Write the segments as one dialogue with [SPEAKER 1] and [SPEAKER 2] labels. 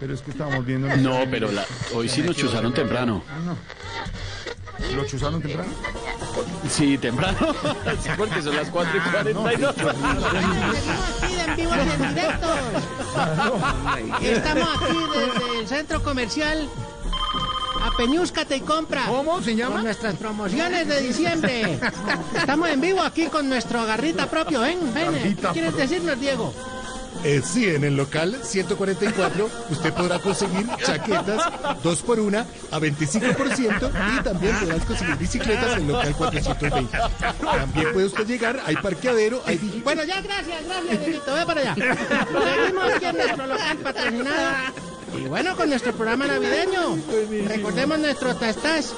[SPEAKER 1] Pero es que estábamos viendo... la-
[SPEAKER 2] No, pero la- hoy sí nos chuzaron temprano.
[SPEAKER 1] Ah, no. ¿Lo chuzaron temprano?
[SPEAKER 2] Sí, temprano. Ah, Sí, porque son las 4 y 42.
[SPEAKER 3] Estamos aquí en vivo y en directo. Estamos aquí desde el centro comercial Apeñúscate y compra.
[SPEAKER 1] ¿Cómo se
[SPEAKER 3] Con
[SPEAKER 1] llama?
[SPEAKER 3] nuestras promociones de diciembre. Estamos en vivo aquí con nuestro garrita propio. ¿eh? Ven, ven.
[SPEAKER 1] Garrita
[SPEAKER 3] ¿Qué quieres
[SPEAKER 1] propio.
[SPEAKER 3] decirnos, Diego?
[SPEAKER 4] Eh, sí, en el local 144 usted podrá conseguir chaquetas 2 por 1 a 25% y también podrás conseguir bicicletas en el local 420. También puede usted llegar, hay parqueadero, hay digi-
[SPEAKER 3] Bueno, ya, gracias, gracias, Dieguito. Ve para allá. Seguimos aquí en nuestro local patrocinado. Y bueno, con nuestro programa navideño. Recordemos nuestro tastás.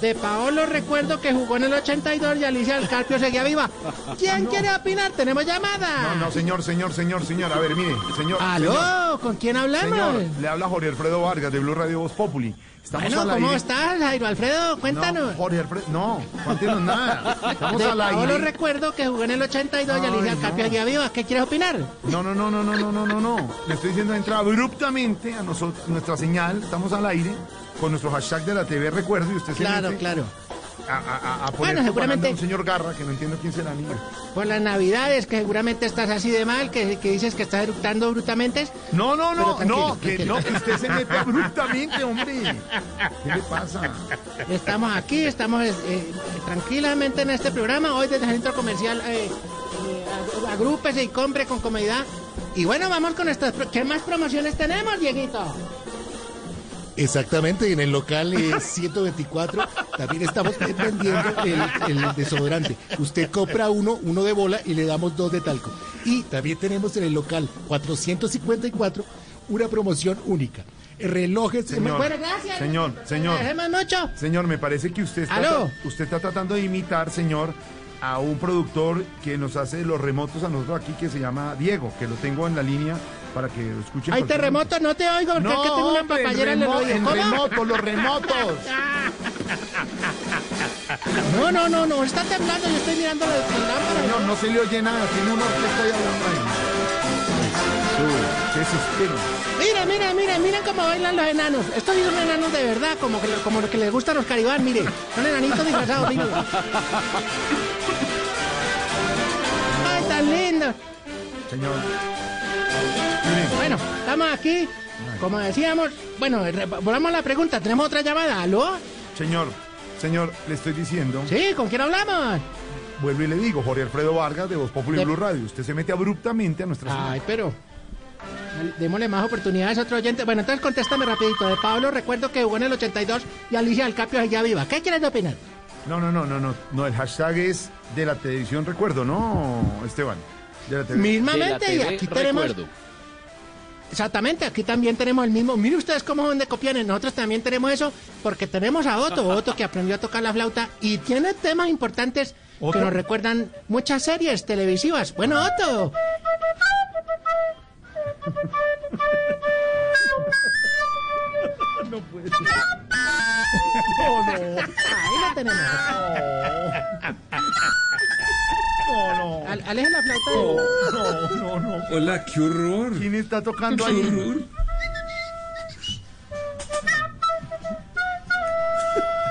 [SPEAKER 3] De Paolo recuerdo que jugó en el 82 y Alicia del Carpio seguía viva. ¿Quién quiere opinar? Tenemos llamada.
[SPEAKER 1] No, Ah, no, señor, señor, señor, señor. A ver, mire, señor. señor,
[SPEAKER 3] Aló, ¿con quién hablamos?
[SPEAKER 1] Señor, le habla Jorge Alfredo Vargas de Blue Radio Voz Populi. Estamos
[SPEAKER 3] Bueno,
[SPEAKER 1] al
[SPEAKER 3] ¿cómo
[SPEAKER 1] aire.
[SPEAKER 3] estás, Jairo Alfredo?
[SPEAKER 1] No,
[SPEAKER 3] Cuéntanos.
[SPEAKER 1] Jorge Alfredo, no, cuéntenos nada. Estamos
[SPEAKER 3] de
[SPEAKER 1] al
[SPEAKER 3] Paolo
[SPEAKER 1] aire.
[SPEAKER 3] recuerdo que jugó en el 82 y
[SPEAKER 1] Ay,
[SPEAKER 3] Alicia del Carpio
[SPEAKER 1] no.
[SPEAKER 3] seguía viva. ¿Qué quieres opinar?
[SPEAKER 1] No, no, no, no, no, no, no, no, no. Le estoy diciendo entra abruptamente a nosotros, nuestra señal, estamos al aire, con nuestro hashtag de la TV Recuerdo y usted se
[SPEAKER 3] Claro,
[SPEAKER 1] mete
[SPEAKER 3] claro.
[SPEAKER 1] a, a, a- a poner
[SPEAKER 3] Bueno,
[SPEAKER 1] propaganda
[SPEAKER 3] seguramente-
[SPEAKER 1] a un señor Garra, que no entiendo quién será ni
[SPEAKER 3] Por las navidades, que seguramente estás así de mal, que, que dices que estás eructando brutamente.
[SPEAKER 1] No, no,
[SPEAKER 3] Pero
[SPEAKER 1] no,
[SPEAKER 3] tranquilo,
[SPEAKER 1] no, que
[SPEAKER 3] tranquilo.
[SPEAKER 1] no, que usted se mete abruptamente, hombre. ¿Qué le pasa?
[SPEAKER 3] Estamos aquí, estamos eh, eh, tranquilamente en este programa. Hoy desde el centro comercial, eh, eh, ag- agrúpese y compre con comodidad. Y bueno, vamos con estas. pro- ¿Qué más promociones tenemos, Dieguito?
[SPEAKER 4] Exactamente, en el local eh, 124 también estamos vendiendo el, el desodorante. Usted compra uno, uno de bola y le damos dos de talco. Y también tenemos en el local 454 una promoción única. Relojes,
[SPEAKER 1] Señor,
[SPEAKER 3] Bueno, gracias.
[SPEAKER 1] Señor, señor.
[SPEAKER 3] Dejemos mucho.
[SPEAKER 1] Señor, me parece que usted está,
[SPEAKER 3] Aló.
[SPEAKER 1] usted está tratando de imitar, señor, a un productor que nos hace los remotos a nosotros aquí, que se llama Diego, que lo tengo en la línea para que lo escuchen.
[SPEAKER 3] Hay
[SPEAKER 1] cualquier
[SPEAKER 3] terremoto, no te oigo, porque
[SPEAKER 1] No,
[SPEAKER 3] es que tengo una
[SPEAKER 1] hombre,
[SPEAKER 3] papayera
[SPEAKER 1] en,
[SPEAKER 3] en el
[SPEAKER 1] remo-
[SPEAKER 3] oído.
[SPEAKER 1] en
[SPEAKER 3] ¿Cómo?
[SPEAKER 1] remoto, los remotos.
[SPEAKER 3] No, no, no, no, está temblando, yo estoy mirando la la lámpara.
[SPEAKER 1] Señor, no se le oye nada, tiene una orquesta ahí hablando ahí. Qué suspiro.
[SPEAKER 3] Mira, mira, mira, miren cómo bailan los enanos. Estos sí son enanos de verdad, como que, como los que les gustan los caribán, mire. Son enanitos disfrazados, miren. Ay, tan lindo.
[SPEAKER 1] Señor. Mire,
[SPEAKER 3] Bueno, estamos aquí. Como decíamos, bueno, re- volvamos a la pregunta. Tenemos otra llamada, ¿aló?
[SPEAKER 1] señor, señor, le estoy diciendo,
[SPEAKER 3] Sí, ¿con quién hablamos?
[SPEAKER 1] vuelvo y le digo, Jorge Alfredo Vargas de Voz Populi
[SPEAKER 3] De-
[SPEAKER 1] Blue Radio. Usted se mete abruptamente a nuestra señal.
[SPEAKER 3] Ay, pero. Démosle más oportunidades a otro oyente. Bueno, entonces contéstame rapidito. De Pablo, recuerdo que jugó en el 82 y Alicia del Capio ya viva. ¿Qué quieres opinar?
[SPEAKER 1] No, no, no, no, no, no, el hashtag es de la televisión recuerdo, ¿no, Esteban? De la televisión.
[SPEAKER 3] Mismamente, y
[SPEAKER 2] De la
[SPEAKER 3] aquí
[SPEAKER 2] TV
[SPEAKER 3] tenemos
[SPEAKER 2] recuerdo.
[SPEAKER 3] Exactamente, aquí también tenemos el mismo. Mire ustedes cómo son de copianes. Nosotros también tenemos eso porque tenemos a Otto, Otto que aprendió a tocar la flauta y tiene temas importantes que nos recuerdan muchas series televisivas. Bueno, Otto. Ahí la tenemos.
[SPEAKER 1] No,
[SPEAKER 3] Al- aleje la flauta. de-
[SPEAKER 1] no, no, no.
[SPEAKER 5] Hola, qué horror.
[SPEAKER 1] ¿Quién está tocando
[SPEAKER 5] Qué
[SPEAKER 1] ahí?
[SPEAKER 5] horror.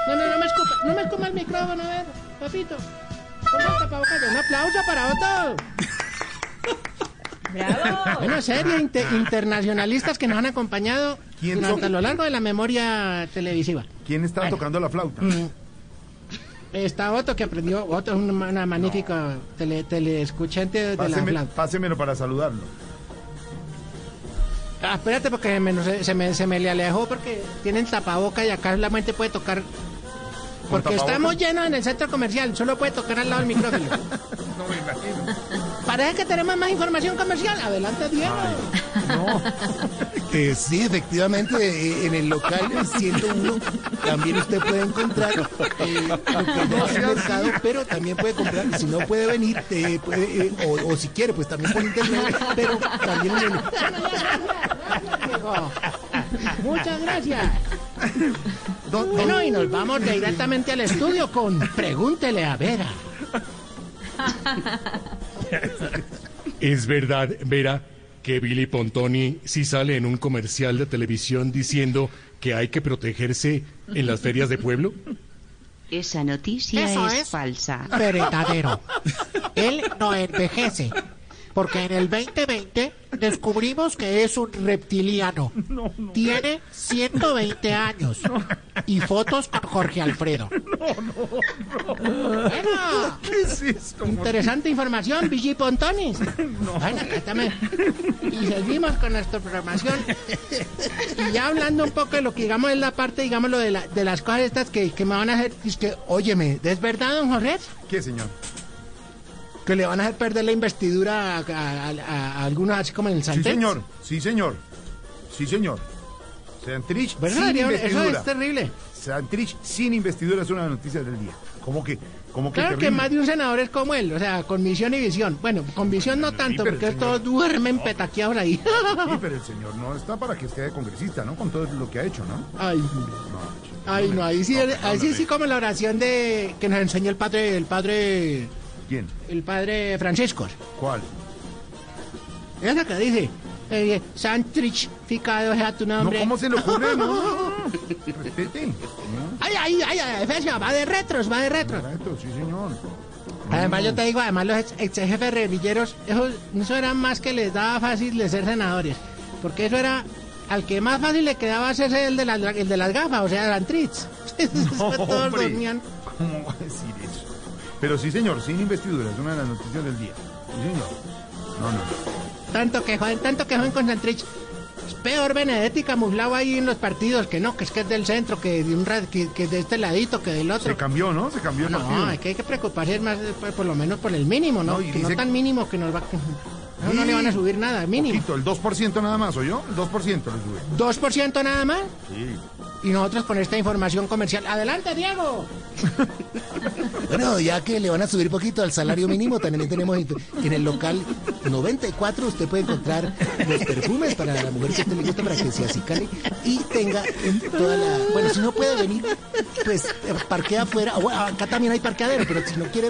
[SPEAKER 3] No, no, no me escupa, no me escupa el micrófono, a ver, papito. Ponga el tapabocas. Un aplauso para Otto.
[SPEAKER 6] ¡Bravo!
[SPEAKER 3] Bueno, serie inte- internacionalistas que nos han acompañado
[SPEAKER 1] ¿Quién
[SPEAKER 3] durante
[SPEAKER 1] son?
[SPEAKER 3] a lo largo de la memoria televisiva.
[SPEAKER 1] ¿Quién está tocando la flauta?
[SPEAKER 3] Está Otto que aprendió, Otto es una, una magnífica tele, teleescuchante de la
[SPEAKER 1] Páseme-
[SPEAKER 3] flauta.
[SPEAKER 1] pásemelo para saludarlo.
[SPEAKER 3] Ah, espérate porque se me, se, me, se me le alejó porque tienen tapaboca y acá solamente puede tocar. Porque
[SPEAKER 1] tapaboca?
[SPEAKER 3] estamos llenos en el centro comercial, solo puede tocar al lado del micrófono.
[SPEAKER 1] No me imagino.
[SPEAKER 3] Parece que tenemos más información comercial. Adelante, Diego.
[SPEAKER 4] Eh, sí, efectivamente, eh, en el local 101 también usted puede encontrar eh, lo que ya se ha mercado, pero también puede comprar, y si no puede venir, eh, puede, eh, o, o si quiere, pues también por internet, pero también en el-
[SPEAKER 3] Diego. Muchas gracias.
[SPEAKER 1] Do- do-
[SPEAKER 3] Bueno, y nos vamos directamente al estudio con Pregúntele a Vera.
[SPEAKER 4] Es verdad, Vera, que Billy Pontoni sí sale en un comercial de televisión diciendo que hay que protegerse en las ferias de pueblo?
[SPEAKER 5] Esa noticia
[SPEAKER 3] Eso
[SPEAKER 5] es,
[SPEAKER 3] es.
[SPEAKER 5] falsa.
[SPEAKER 3] Verdadero. Él no envejece. Porque en el 2020 descubrimos que es un reptiliano. Tiene 120 años. Y fotos con Jorge Alfredo. Bueno,
[SPEAKER 1] ¿Qué es esto?
[SPEAKER 3] interesante información, Vigi Pontones. Bueno, acá también. Y seguimos con nuestra programación. Y ya hablando un poco de lo que digamos es la parte, digamos, lo de, la- de las cosas estas que, que me van a hacer. Es que, óyeme, ¿es verdad, don Jorge?
[SPEAKER 1] ¿Qué, señor?
[SPEAKER 3] Que le van a hacer perder la investidura a, a- a- a algunos, así como en el
[SPEAKER 1] Sí,
[SPEAKER 3] Santos.
[SPEAKER 1] señor. Sí, señor. Sí, señor. Santrich
[SPEAKER 3] Bueno,
[SPEAKER 1] sin
[SPEAKER 3] Darío, eso
[SPEAKER 1] investidura.
[SPEAKER 3] es terrible.
[SPEAKER 1] Santrich sin investidura es una de las noticias del día. ¿Cómo que? ¿Cómo que
[SPEAKER 3] Claro que
[SPEAKER 1] terrible?
[SPEAKER 3] más de un senador es como él, o sea, con misión y visión. Bueno, con visión no tanto,
[SPEAKER 1] pero
[SPEAKER 3] porque
[SPEAKER 1] señor.
[SPEAKER 3] todos duermen petaqueados ahí.
[SPEAKER 1] Sí, pero el señor no está para que esté de congresista, ¿no? Con todo lo que ha hecho, ¿no?
[SPEAKER 3] Ay, ay, no, ahí sí, ahí sí, sí como la oración de que nos enseñó el padre, el padre,
[SPEAKER 1] ¿Quién?
[SPEAKER 3] el padre Francisco.
[SPEAKER 1] ¿Cuál?
[SPEAKER 3] Esa que dice, eh, santrificado sea tu
[SPEAKER 1] No,
[SPEAKER 3] nombre.
[SPEAKER 1] ¿Cómo se le ocurre? No, no, no. Respete. ¿no?
[SPEAKER 3] Ay, Ah, ay, ay, ay, Efesio, va de retros, va de retros.
[SPEAKER 1] Correcto, sí, señor.
[SPEAKER 3] Además, yo te digo, además los ex, ex jefes guerrilleros, eso, eso era más que les daba fácil de ser senadores. Porque eso era al que más fácil le quedaba hacerse el de las, el de las gafas, o sea, el Antritz. Todos
[SPEAKER 1] Hombre,
[SPEAKER 3] dormían.
[SPEAKER 1] ¿Cómo va a decir eso? Pero sí, señor, sin investidura es una de las noticias del día. Sí, señor. No, no.
[SPEAKER 3] Tanto que joden, tanto que joden con Santrich. Es peor Benedetti Camuflado ahí en los partidos, que no, que es que es del centro, que de, un, ra- que, que de este ladito, que del
[SPEAKER 1] Se
[SPEAKER 3] otro.
[SPEAKER 1] cambió, ¿no? Se cambió el partido.
[SPEAKER 3] No, hay que, hay que preocuparse más, eh, por, por lo menos por el mínimo, ¿no?
[SPEAKER 1] No, y
[SPEAKER 3] que no
[SPEAKER 1] dice-
[SPEAKER 3] tan mínimo que nos va... No, no le van a subir nada, mínimo.
[SPEAKER 1] Poquito, el 2% nada más, ¿oyó? El 2% le sube.
[SPEAKER 3] 2% nada más.
[SPEAKER 1] Sí.
[SPEAKER 3] Y nosotros con esta información comercial. ¡Adelante, Diego!
[SPEAKER 4] Bueno, ya que le van a subir poquito al salario mínimo, también tenemos en en el local 94, usted puede encontrar los perfumes para la mujer que a usted le gusta, para que se acicale y tenga en toda la... Bueno, si no puede venir, pues eh, parquea afuera. Ah, bueno, acá también hay parqueadero, pero si no quiere...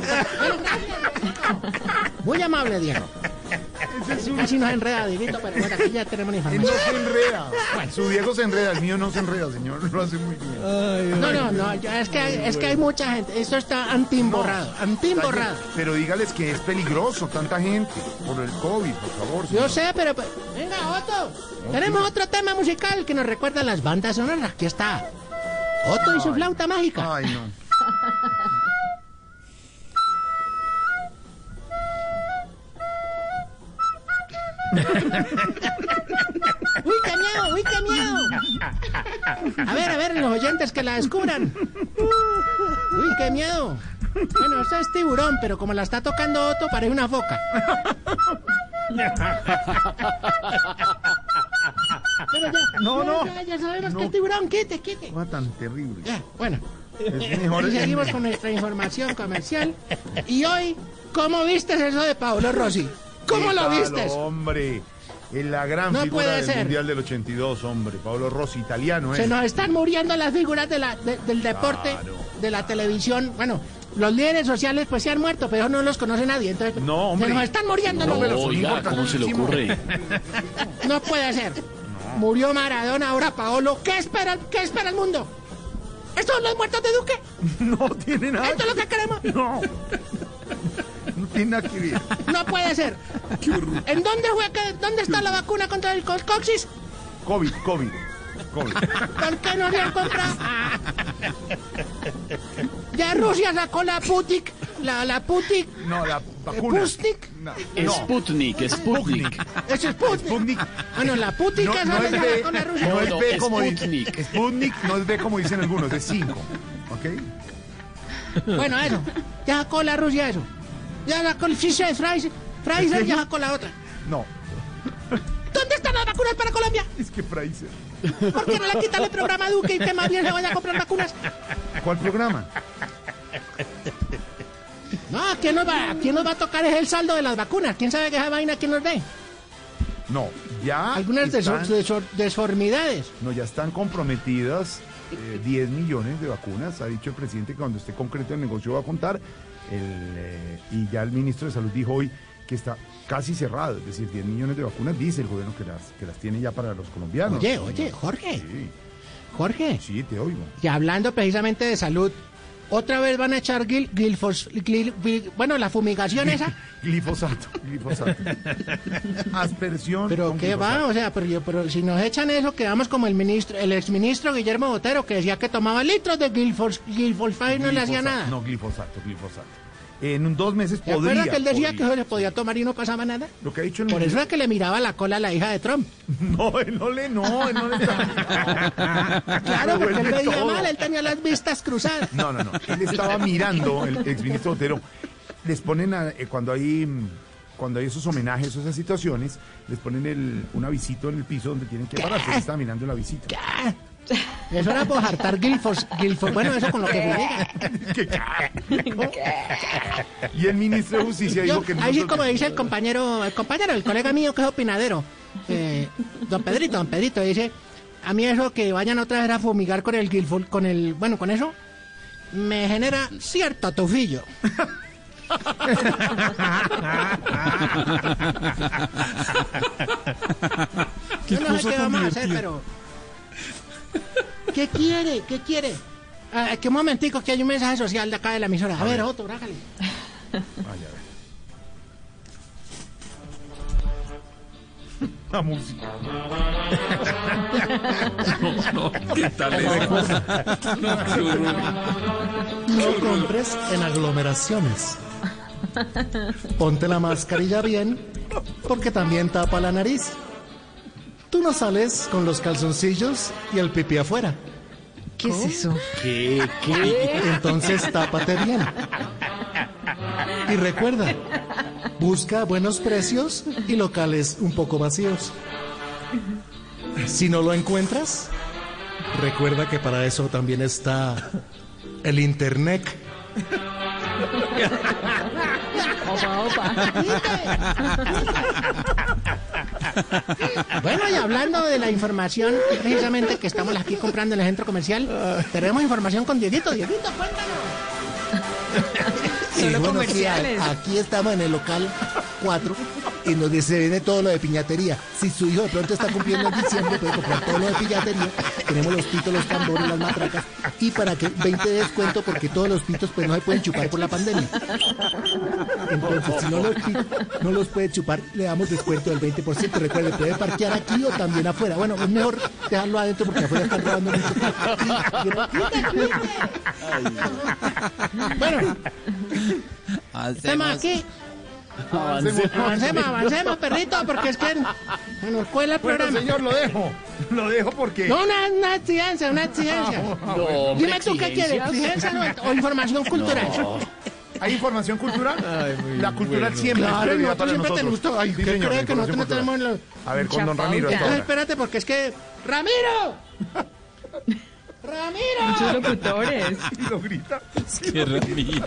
[SPEAKER 3] Muy amable, Diego. Casi nos enreda, Dieguito, pero bueno, aquí ya tenemos la
[SPEAKER 1] Él no
[SPEAKER 3] información.
[SPEAKER 1] se enreda. Su Diego se enreda, el mío no se enreda, señor. Lo hace muy bien.
[SPEAKER 3] No, no, no, yo- es que, hay- es que hay mucha gente. Esto está antimborrado, antimborrado.
[SPEAKER 1] Pero dígales que es peligroso tanta gente por el COVID, por favor.
[SPEAKER 3] Yo
[SPEAKER 1] señor.
[SPEAKER 3] sé, pero... pues, Venga, Otto. Tenemos otro tema musical que nos recuerda a las bandas sonoras. Aquí está. Otto y su flauta mágica.
[SPEAKER 1] Ay, no.
[SPEAKER 3] ¡Uy, qué miedo! ¡Uy, qué miedo! A ver, a ver, los oyentes que la descubran. ¡Uy, qué miedo! Bueno, esto es tiburón, pero como la está tocando Otto, parece una foca. Pero ya,
[SPEAKER 1] No,
[SPEAKER 3] ya,
[SPEAKER 1] no.
[SPEAKER 3] Ya, ya sabemos
[SPEAKER 1] No.
[SPEAKER 3] que es tiburón, quite, quite.
[SPEAKER 1] Fue tan terrible.
[SPEAKER 3] Ya, bueno,
[SPEAKER 1] Es mejor.
[SPEAKER 3] y seguimos con nuestra información comercial. Y hoy, ¿cómo vistes eso de Paolo Rossi? ¿Cómo lo
[SPEAKER 1] Déjalo,
[SPEAKER 3] vistes?
[SPEAKER 1] Hombre. En la gran
[SPEAKER 3] No
[SPEAKER 1] figura
[SPEAKER 3] puede
[SPEAKER 1] del
[SPEAKER 3] ser.
[SPEAKER 1] Mundial del 82, hombre. Pablo Rossi, italiano, ¿eh?
[SPEAKER 3] Se nos están muriendo las figuras de la- de- del deporte,
[SPEAKER 1] Claro.
[SPEAKER 3] de la televisión. Bueno, los líderes sociales pues se han muerto, pero no los conoce nadie. Entonces,
[SPEAKER 1] No, hombre.
[SPEAKER 3] se nos están muriendo.
[SPEAKER 2] No,
[SPEAKER 3] No,
[SPEAKER 1] pero son
[SPEAKER 2] oiga, ¿cómo se le
[SPEAKER 1] importantísimos.
[SPEAKER 2] ocurre?
[SPEAKER 3] no puede ser. Murió Maradona, ahora Paolo. ¿Qué espera, ¿Qué espera el mundo? ¿Estos son los muertos de Duque?
[SPEAKER 1] No tiene nada.
[SPEAKER 3] ¿Esto es lo que queremos?
[SPEAKER 1] No. No tiene nada que ver.
[SPEAKER 3] No puede ser. ¿En dónde juega? ¿Dónde está la vacuna contra el co- coxis?
[SPEAKER 1] COVID, COVID. COVID.
[SPEAKER 3] ¿Por qué no se han comprado? Ya Rusia sacó la Putik, la, la Putik,
[SPEAKER 1] No, la vacuna.
[SPEAKER 3] ¿Sputnik?
[SPEAKER 1] No. No.
[SPEAKER 2] Sputnik, Sputnik.
[SPEAKER 3] Eso es Putin.
[SPEAKER 1] Sputnik.
[SPEAKER 3] Bueno, Ah, la Putin
[SPEAKER 1] No,
[SPEAKER 3] que
[SPEAKER 1] no
[SPEAKER 3] sale
[SPEAKER 1] es
[SPEAKER 3] de
[SPEAKER 1] B,
[SPEAKER 3] la con la Rusia.
[SPEAKER 1] no es
[SPEAKER 2] No,
[SPEAKER 1] B
[SPEAKER 2] no,
[SPEAKER 1] como
[SPEAKER 2] Sputnik.
[SPEAKER 1] dicen. Sputnik no es B como dicen algunos, es 5. ¿Ok?
[SPEAKER 3] Bueno, eso. Ya sacó la Rusia eso. Ya sacó el ficha de Fraser, Fraser ya sacó la otra.
[SPEAKER 1] No,
[SPEAKER 3] ¿Dónde están las vacunas para Colombia?
[SPEAKER 1] es que Fraser.
[SPEAKER 3] ¿Por qué no le quitan el programa a Duque y que más bien se vaya a comprar vacunas?
[SPEAKER 1] ¿Cuál programa?
[SPEAKER 3] No, ¿a quién nos va, a quién nos va a tocar es el saldo de las vacunas? ¿Quién sabe qué esa vaina quién nos dé?
[SPEAKER 1] No, ya.
[SPEAKER 3] Algunas
[SPEAKER 1] están,
[SPEAKER 3] desor- desor- desformidades.
[SPEAKER 1] No, ya están comprometidas eh, 10 millones de vacunas. Ha dicho el presidente que cuando esté concreto el negocio va a contar. El, eh, y ya el ministro de Salud dijo hoy que está casi cerrado, es decir, 10 millones de vacunas, dice el gobierno que las, que las tiene ya para los colombianos.
[SPEAKER 3] Oye, oye, Jorge,
[SPEAKER 1] Sí,
[SPEAKER 3] Jorge.
[SPEAKER 1] sí, te oigo.
[SPEAKER 3] Y hablando precisamente de salud, otra vez van a echar gil, glifos- glil- glil- bueno, la fumigación esa.
[SPEAKER 1] Glifosato, glifosato. Aspersión.
[SPEAKER 3] Pero
[SPEAKER 1] con
[SPEAKER 3] qué va,
[SPEAKER 1] glifosato.
[SPEAKER 3] o sea, pero, yo- pero si nos echan eso, quedamos como el ministro, el exministro Guillermo Botero, que decía que tomaba litros de glifos- glifosfat y no le hacía
[SPEAKER 1] Glifosato,
[SPEAKER 3] nada.
[SPEAKER 1] No, glifosato, glifosato. En un- dos meses
[SPEAKER 3] ¿Te
[SPEAKER 1] podría.
[SPEAKER 3] acuerdas que él decía
[SPEAKER 1] podría.
[SPEAKER 3] que eso se podía tomar y no pasaba nada?
[SPEAKER 1] Lo que ha dicho el
[SPEAKER 3] Por eso es que le miraba la cola a la hija de Trump.
[SPEAKER 1] No, él no le, no, él no le está.
[SPEAKER 3] Claro, porque él
[SPEAKER 1] Revuelve
[SPEAKER 3] veía
[SPEAKER 1] todo.
[SPEAKER 3] mal, él tenía las vistas cruzadas.
[SPEAKER 1] No, no, no. Él estaba mirando, el exministro Botero. Les ponen, a- eh, cuando hay mm, cuando hay esos homenajes, esas situaciones, les ponen el, un avisito en el piso donde tienen que pararse. Él estaba mirando el avisito.
[SPEAKER 3] Eso era por hartar glifos, glifos, bueno, eso con lo que fumiga.
[SPEAKER 1] ¿Qué ca- Y el ministro de Justicia
[SPEAKER 3] Yo,
[SPEAKER 1] dijo que
[SPEAKER 3] ahí sí,
[SPEAKER 1] nosotros-
[SPEAKER 3] como dice el compañero, el compañero, el colega mío que es opinadero, eh, don Pedrito, don Pedrito, dice, a mí eso que vayan otra vez a fumigar con el glifol, con el, bueno, con eso, me genera cierto tufillo. Yo no sé qué vamos a hacer, pero... ¿Qué quiere? ¿Qué quiere? Ah, que un momentico, que hay un mensaje social de acá de la emisora. A, ver, otro, brájale.
[SPEAKER 1] Ay, a ver. La música.
[SPEAKER 6] ¿Qué tal es?
[SPEAKER 4] No compres en aglomeraciones. Ponte la mascarilla bien, porque también tapa la nariz. Tú no sales con los calzoncillos y el pipí afuera.
[SPEAKER 7] ¿Qué es eso?
[SPEAKER 2] ¿Qué? ¿Qué?
[SPEAKER 4] Entonces tápate bien. Y recuerda, busca buenos precios y locales un poco vacíos. Si no lo encuentras, recuerda que para eso también está el internet.
[SPEAKER 7] Opa, opa.
[SPEAKER 3] Bueno, y hablando de la información, precisamente que estamos aquí comprando en el centro comercial, tenemos información con Dieguito. Dieguito, cuéntanos.
[SPEAKER 7] Solo
[SPEAKER 4] Y buenos
[SPEAKER 7] comerciales.
[SPEAKER 4] días, aquí estamos en el local 4 y nos dice, se viene todo lo de piñatería. Si su hijo de pronto está cumpliendo en diciembre, puede comprar todo lo de piñatería. Tenemos los pitos, los tambores, las matracas. Y para que 20 de descuento, porque todos los pitos pues no se pueden chupar por la pandemia. Entonces, si no los, pi- no los puede chupar, le damos descuento del 20%. Recuerde, puede parquear aquí o también afuera. Bueno, es mejor dejarlo adentro porque afuera están robando mucho. Y-
[SPEAKER 3] Bueno, estamos aquí.
[SPEAKER 2] Avancemos.
[SPEAKER 3] Avancemos, avancemos, perrito, porque es que se nos cuela el
[SPEAKER 1] Bueno,
[SPEAKER 3] programa.
[SPEAKER 1] señor, lo dejo. Lo dejo porque. Ah,
[SPEAKER 3] No, una, una exigencia, una exigencia.
[SPEAKER 2] No, hombre,
[SPEAKER 3] Dime tú qué quieres,
[SPEAKER 2] exigencias.
[SPEAKER 3] exigencia no, o información cultural.
[SPEAKER 1] ¿Hay información cultural? la cultural siempre. es
[SPEAKER 3] Claro,
[SPEAKER 1] prioridad para
[SPEAKER 3] nosotros siempre te
[SPEAKER 1] nosotros.
[SPEAKER 3] gustó. Ay,
[SPEAKER 1] Sí,
[SPEAKER 3] ¿qué
[SPEAKER 1] señor,
[SPEAKER 3] cree
[SPEAKER 1] la
[SPEAKER 3] que nosotros no
[SPEAKER 1] información
[SPEAKER 3] tenemos
[SPEAKER 1] cultural.
[SPEAKER 3] los-
[SPEAKER 1] A ver, con
[SPEAKER 7] mucha
[SPEAKER 1] don Ramiro.
[SPEAKER 7] pauta?
[SPEAKER 1] hasta
[SPEAKER 3] Ya,
[SPEAKER 1] ahora.
[SPEAKER 3] espérate, porque es que. ¡Ramiro! ¡Ramiro!
[SPEAKER 7] Muchos locutores.
[SPEAKER 1] Y lo grita.
[SPEAKER 6] Qué Ramiro.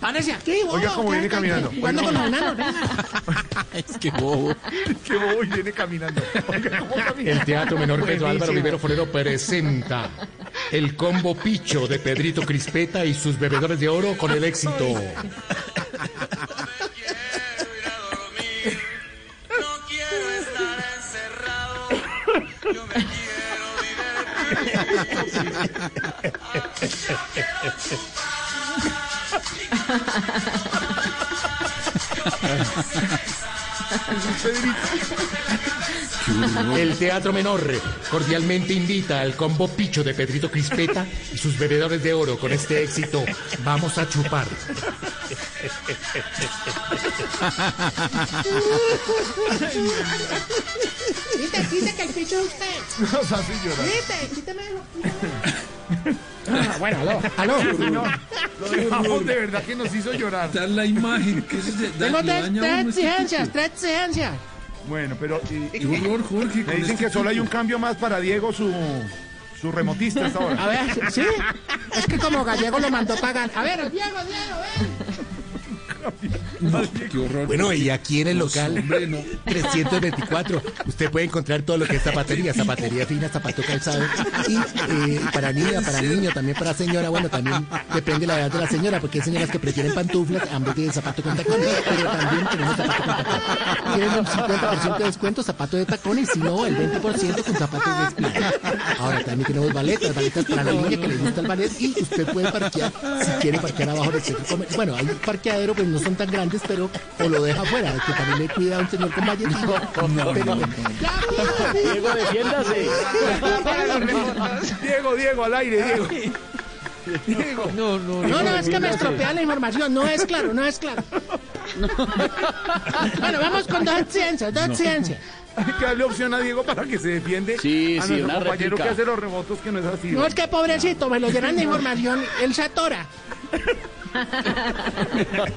[SPEAKER 3] ¡Párese aquí, bobo!
[SPEAKER 1] Oiga cómo viene
[SPEAKER 3] que- que-
[SPEAKER 1] caminando.
[SPEAKER 3] jugando con los enanos, venga.
[SPEAKER 6] Es que bobo.
[SPEAKER 1] Qué bobo y viene caminando. Oiga, ¿cómo camina?
[SPEAKER 8] El Teatro Menor Pedro Álvaro
[SPEAKER 1] Buenísimo.
[SPEAKER 8] Rivero Forero presenta el combo picho de Pedrito Crispeta y sus bebedores de oro con el éxito.
[SPEAKER 9] quiero ir a dormir, no quiero estar encerrado, yo me quiero
[SPEAKER 8] El Teatro Menor cordialmente invita al combo picho de Pedrito Crispeta y sus bebedores de oro con este éxito. Vamos a chupar.
[SPEAKER 3] Quite, quite que el picho es usted.
[SPEAKER 1] Nos hace llorar.
[SPEAKER 3] Quite, quíteme eso.
[SPEAKER 8] Ah, Bueno, aló, aló.
[SPEAKER 1] Lo dejamos de verdad que nos hizo llorar.
[SPEAKER 6] Dar la imagen. ¿Qué es ese? Da-
[SPEAKER 3] Tengo
[SPEAKER 6] lo
[SPEAKER 3] tres,
[SPEAKER 6] daña
[SPEAKER 3] tres
[SPEAKER 6] uno, este
[SPEAKER 3] exigencias,
[SPEAKER 6] tipo.
[SPEAKER 3] tres exigencias.
[SPEAKER 1] Bueno, pero. y- y-
[SPEAKER 6] Qué horror, Jorge.
[SPEAKER 1] me
[SPEAKER 6] con
[SPEAKER 1] dicen
[SPEAKER 6] este
[SPEAKER 1] que solo hay
[SPEAKER 6] tipo.
[SPEAKER 1] un cambio más para Diego, su, su remotista hasta
[SPEAKER 3] A
[SPEAKER 1] ahora.
[SPEAKER 3] ver, sí. Es que como Gallego lo mandó pagar. A ver, Diego, Diego, ven.
[SPEAKER 6] Qué horror.
[SPEAKER 4] Bueno, y aquí en el local,
[SPEAKER 6] Hombre, no.
[SPEAKER 4] 324. Usted puede encontrar todo lo que es zapatería, zapatería fina, zapato calzado. Y eh, para niña, para niño, también para señora. Bueno, también depende de la edad de la señora, porque hay señoras que prefieren pantuflas, ambos tienen zapato con tacón, pero también tenemos zapato con tacón. Tienen un 50% de descuento, zapato de tacón, y si no, el 20% con zapatos de espina. Ahora también tenemos baletas, baletas para la niña que le gusta el ballet, y usted puede parquear, si quiere parquear abajo del centro comercial. Bueno, hay parqueadero, pues no son tan grandes, pero o lo deja afuera, que también le cuida a un señor con ballet. Pero-
[SPEAKER 2] Diego, defiéndase.
[SPEAKER 1] Diego, Diego, al aire, Diego.
[SPEAKER 2] No, no,
[SPEAKER 3] No, no, es que me estropea la información. No es claro, no es claro. Bueno, vamos con dos ciencias, dos ciencias.
[SPEAKER 1] Hay que darle opción a Diego para que se defiende.
[SPEAKER 2] Sí,
[SPEAKER 1] a
[SPEAKER 2] sí,
[SPEAKER 1] nuestro
[SPEAKER 2] una
[SPEAKER 1] compañero
[SPEAKER 2] réplica.
[SPEAKER 1] que hace los rebotos, que no es así.
[SPEAKER 3] No, es que pobrecito, me lo llenan de información. Él se atora.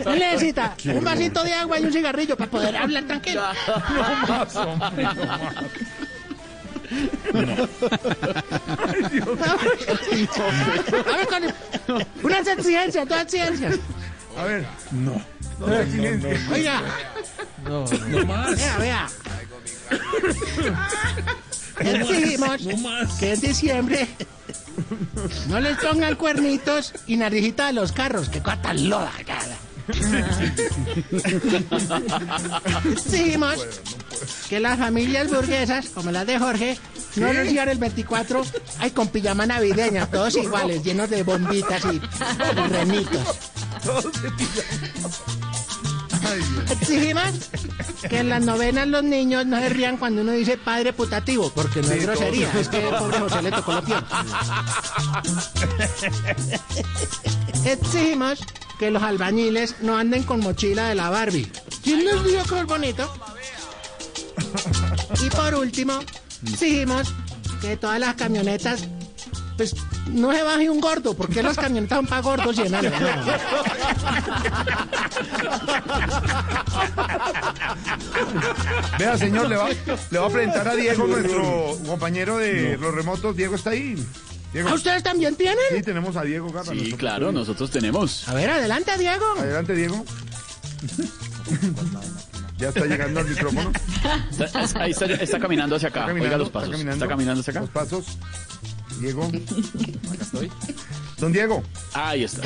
[SPEAKER 3] Él necesita un vasito de agua y un cigarrillo para poder hablar tranquilo. Vamos con el- unas exigencias, dos exigencias.
[SPEAKER 1] A ver,
[SPEAKER 6] No.
[SPEAKER 1] no, silencio.
[SPEAKER 3] Oiga,
[SPEAKER 6] No más.
[SPEAKER 3] vea, vea. Exigimos
[SPEAKER 6] No más.
[SPEAKER 3] que en diciembre no les pongan cuernitos y naricita a los carros, que cortan loda. cara. Exigimos que las familias burguesas, como las de Jorge, no nos digan el 24, ay, con pijama navideña, todos iguales, llenos de bombitas y renitos. Exigimos que en las novenas los niños no se rían cuando uno dice padre putativo, porque no es grosería, es que pobre José le tocó la piel. Exigimos que los albañiles no anden con mochila de la Barbie. ¿Quién les dijo que es bonito? Y por último, exigimos que todas las camionetas, pues no se baje un gordo, porque las camionetas son para gordos llenas.
[SPEAKER 1] Vea, señor, le va, le va a presentar a Diego, nuestro compañero de los remotos. Diego está ahí. Diego.
[SPEAKER 3] ¿A ustedes también tienen?
[SPEAKER 1] Sí, tenemos a Diego Garra.
[SPEAKER 2] Sí,
[SPEAKER 1] nuestro-
[SPEAKER 2] claro, nosotros tenemos.
[SPEAKER 3] A ver, adelante, Diego.
[SPEAKER 1] Adelante, Diego. ya está llegando al micrófono. Está
[SPEAKER 2] Está- está- ahí está, está caminando hacia acá. Ah, Oiga los pasos. Está caminando, hacia acá.
[SPEAKER 1] Los pasos. Diego. Acá estoy. Don Diego.
[SPEAKER 2] Ahí está.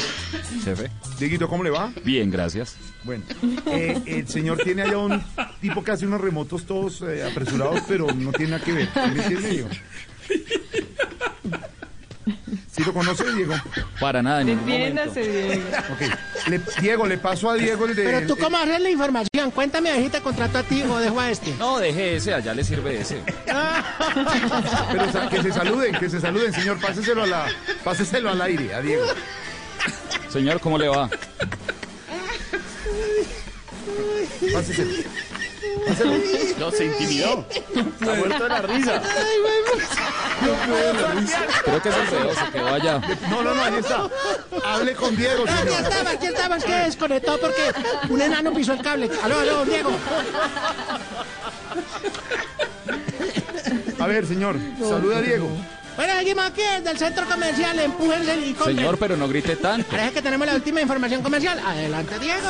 [SPEAKER 2] Jefe.
[SPEAKER 1] Dieguito, ¿cómo le va?
[SPEAKER 2] Bien, gracias.
[SPEAKER 1] Bueno, eh, el señor tiene allá un tipo que hace unos remotos todos eh, apresurados, pero no tiene nada que ver. ¿Me entiende, Diego? ¿Sí lo conoce, Diego?
[SPEAKER 2] Para nada, en ningún momento.
[SPEAKER 7] Defiéndase, Diego.
[SPEAKER 1] Ok. Le- Diego, le paso a Diego el de...
[SPEAKER 3] Pero tú,
[SPEAKER 1] el-
[SPEAKER 3] ¿cómo haces la información? Cuéntame, abejita, contrato a ti o dejo a este.
[SPEAKER 10] No, deje ese, allá le sirve ese.
[SPEAKER 1] Pero sa- que se saluden, que se saluden, señor. Páseselo, a la, páseselo al aire, a Diego.
[SPEAKER 10] Señor, ¿cómo le va?
[SPEAKER 1] Páseselo.
[SPEAKER 2] No, se intimidó. Está muerto de la risa.
[SPEAKER 10] Creo que se quedó, se quedó allá.
[SPEAKER 1] No, no, no, ahí está. Hable con Diego,
[SPEAKER 3] Aquí
[SPEAKER 1] señor.
[SPEAKER 3] estaba, aquí estaba, es que desconectó porque un enano pisó el cable. Aló, aló, Diego.
[SPEAKER 1] A ver, señor, saluda a Diego.
[SPEAKER 3] Bueno, seguimos aquí desde el centro comercial. Empújense y compren.
[SPEAKER 10] Señor, pero no grite tanto.
[SPEAKER 3] Parece que tenemos la última información comercial. Adelante, Diego.